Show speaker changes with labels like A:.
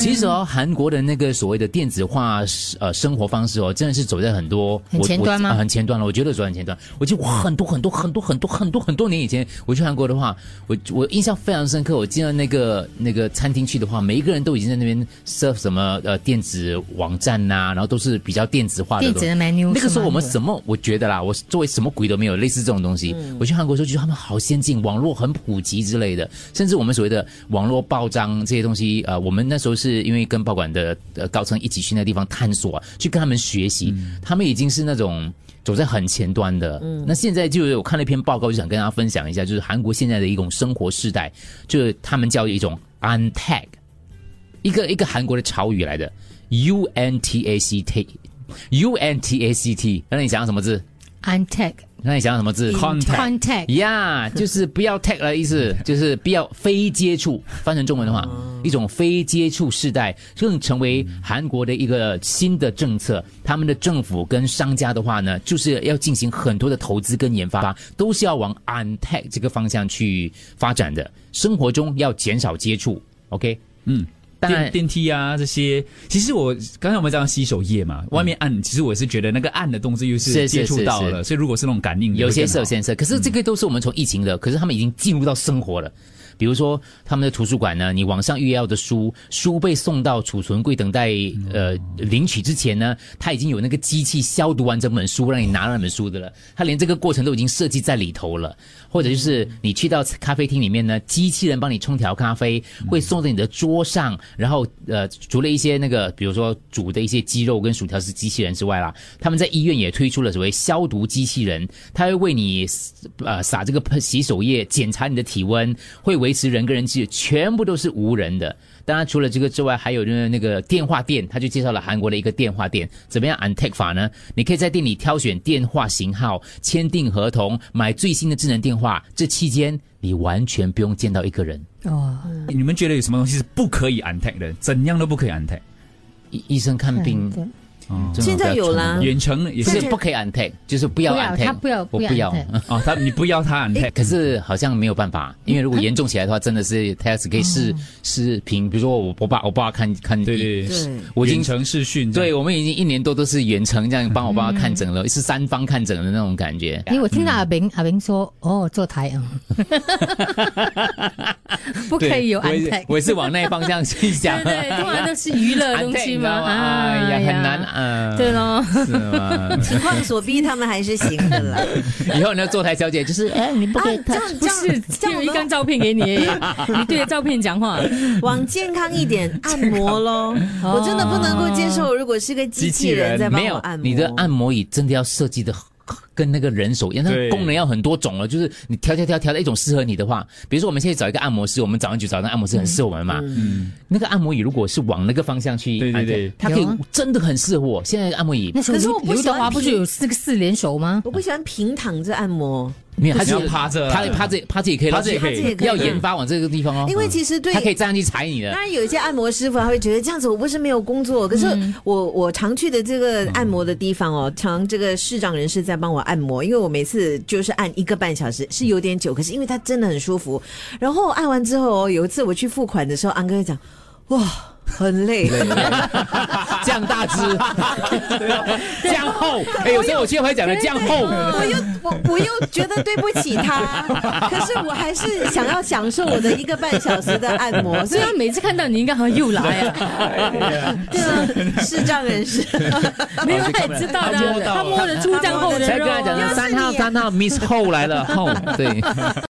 A: 其实哦，韩国的那个所谓的电子化呃生活方式哦，真的是走在很多
B: 很前端吗
A: 我我啊很前端了，我觉得走在很前端。我记得我很多很多很多很多很多很多年以前我去韩国的话，我我印象非常深刻。我进到那个那个餐厅去的话，每一个人都已经在那边 serve 什么呃电子网站呐、然后都是比较电子化的
B: 电
A: 东
B: 子
A: 西
B: 的 menu
A: 那个时
B: 是吗
A: 候我们什么？我觉得啦，我作为什么鬼都没有，类似这种东西。我去韩国的时候，觉得他们好先进，网络很普及之类的，甚至我们所谓的网络报章这些东西，呃，我们那时候是因为跟报馆的呃高层一起去那地方探索、啊，去跟他们学习，他们已经是那种。走在很前端的，那现在就有看了一篇报告，就想跟大家分享一下，就是韩国现在的一种生活世代，就是他们叫一种 untag，一个一个韩国的潮语来的，U N T A C T U N T A C T，那你想要什么字？
B: ，untag
A: 那你想要什么
B: 嗯
A: 字
C: Contact
B: contact
A: 呀就是不要 tag 的意思，就是不要非接触。翻成中文的话，一种非接触世代更成为韩国的一个新的政策。他们的政府跟商家的话呢，就是要进行很多的投资跟研发，都是要往 untag 这个方向去发展的。生活中要减少接触，OK？
C: 嗯，
A: 当然
C: 电电梯啊这些，其实我刚才我们讲洗手液嘛，外面按，其实我是觉得那个按的动作又
A: 嗯是
C: 是
A: 是
C: 接触到
A: 是
C: 了，所以如果是那种感应，
A: 有些嗯是
C: 是
A: 有些是，可是这个都是我们从疫情的，可是他们已经进入到生活了。比如说，他们的图书馆呢，你网上预约到的书，书被送到储存柜等待呃领取之前呢，他已经有那个机器消毒完整本书，让你拿到那本书的了。他连这个过程都已经设计在里头了。或者就是你去到咖啡厅里面呢，机器人帮你冲调咖啡，会送到你的桌上，然后呃，除了一些那个比如说煮的一些鸡肉跟薯条是机器人之外啦，他们在医院也推出了所谓消毒机器人，它会为你呃撒这个喷洗手液，检查你的体温，会维持人跟人之间全部都是无人的。当然，除了这个之外，还有就是那个电话店，他就介绍了韩国的一个电话店怎么样 untech 法呢？你可以在店里挑选电话型号，签订合同，买最新的智能电话。这期间你完全不用见到一个人。
B: 哦，
C: 你们觉得有什么东西是不可以 untag 的？怎样都不可以 untag。
A: 医医生看病，
B: 嗯对
C: 哦，
A: 真的
D: 现在
A: 不要
D: 有啦
A: 冲动
C: 远程也
A: 不
C: 是
A: 是不可以 untech，就是不要
B: 不要
A: untech，
B: 他不要
A: 我
B: 不要
A: 不要。
B: untech
C: 啊，他你不要他 untag，
A: 哎可是好像没有办法，因为如果严重起来的话，真的是他只可以视视频，比如说我我爸我爸看看，
C: 对对
D: 对，
A: 我已经
C: 远程视讯，
A: 对，我们已经一年多都是远程这样帮我爸爸看诊了，是三方看诊的那种感觉。
B: 因为我听到阿明阿明说，哦，坐台 啊，不可以有
A: 对我也
B: untag，
A: 我也是往那方向去想。
B: 对对，通常都是娱乐东西嘛，
A: 哎呀，很难
B: 呀，
A: 啊。
B: 对喽。
A: 是 吗？
D: 情况所逼，他们还是行的 啦。
A: 以后呢，坐台小姐就是，哎，你不可以
D: 这
A: 看。
D: 样
B: 不
D: 这
B: 是，
D: 样这
B: 只
D: 样
B: 有
D: 我
B: 一
D: 们
B: 张照片给你， 你对着照片讲话。
D: 往健康一点，按摩喽。我真的不能够接受，如果是个机器人在帮
A: 哦没
D: 我
A: 有
D: 按，摩，
A: 你的按摩椅真的要设计的。跟那个人手一样，它
C: 对
A: 功能要很多种了，就是你调调调调到一种适合你的话，比如说我们现在找一个按摩师，我们早上就找那个按摩师很适合我们嘛。
D: 嗯
A: 那个按摩椅如果是往那个方向去，
C: 对对对，
A: 它可以
B: 有啊
A: 真的很适合我。现在的按摩椅
B: 那时候
D: 可是
B: 刘
D: 我不
B: 刘
D: 喜
B: 德
D: 欢
B: 华不是
D: 平
B: 有四个四连手吗？
D: 我不喜欢平躺着按摩，
A: 没有，它
C: 你
A: 就
C: 要趴着啊
A: 它趴着趴着也可以了，
C: 趴着也可以
D: 趴着也可以
A: 要研发往这个地方哦。
D: 因为其实对
A: 它可以站上去踩你 的
D: 当，然有一些按摩师傅他会觉得这样子我不是没有工作，可是
A: 嗯
D: 我我常去的这个按摩的地方哦，常这个视障人士在帮我按摩，因为我每次就是按一个半小时是有点久，可是因为他真的很舒服。然后按完之后哦，有一次我去付款的时候，安哥就讲哇很累，
A: 这样大只，
D: 啊
A: 这样厚。哎，有时候我去会讲的这样 厚，
D: 我又我我又觉得对不起 他，可是我还是想要享受我的一个半小时的按摩，所
B: 所
D: 以
B: 以他每次看到你，应该好像又来啊，
D: 对啊，视障人士，
B: 没有 他也知道的，他摸得出这样厚的
A: 才
B: 肉
A: 跟他
B: 啊。
A: 讲的三号三号 Miss 厚来了厚，对。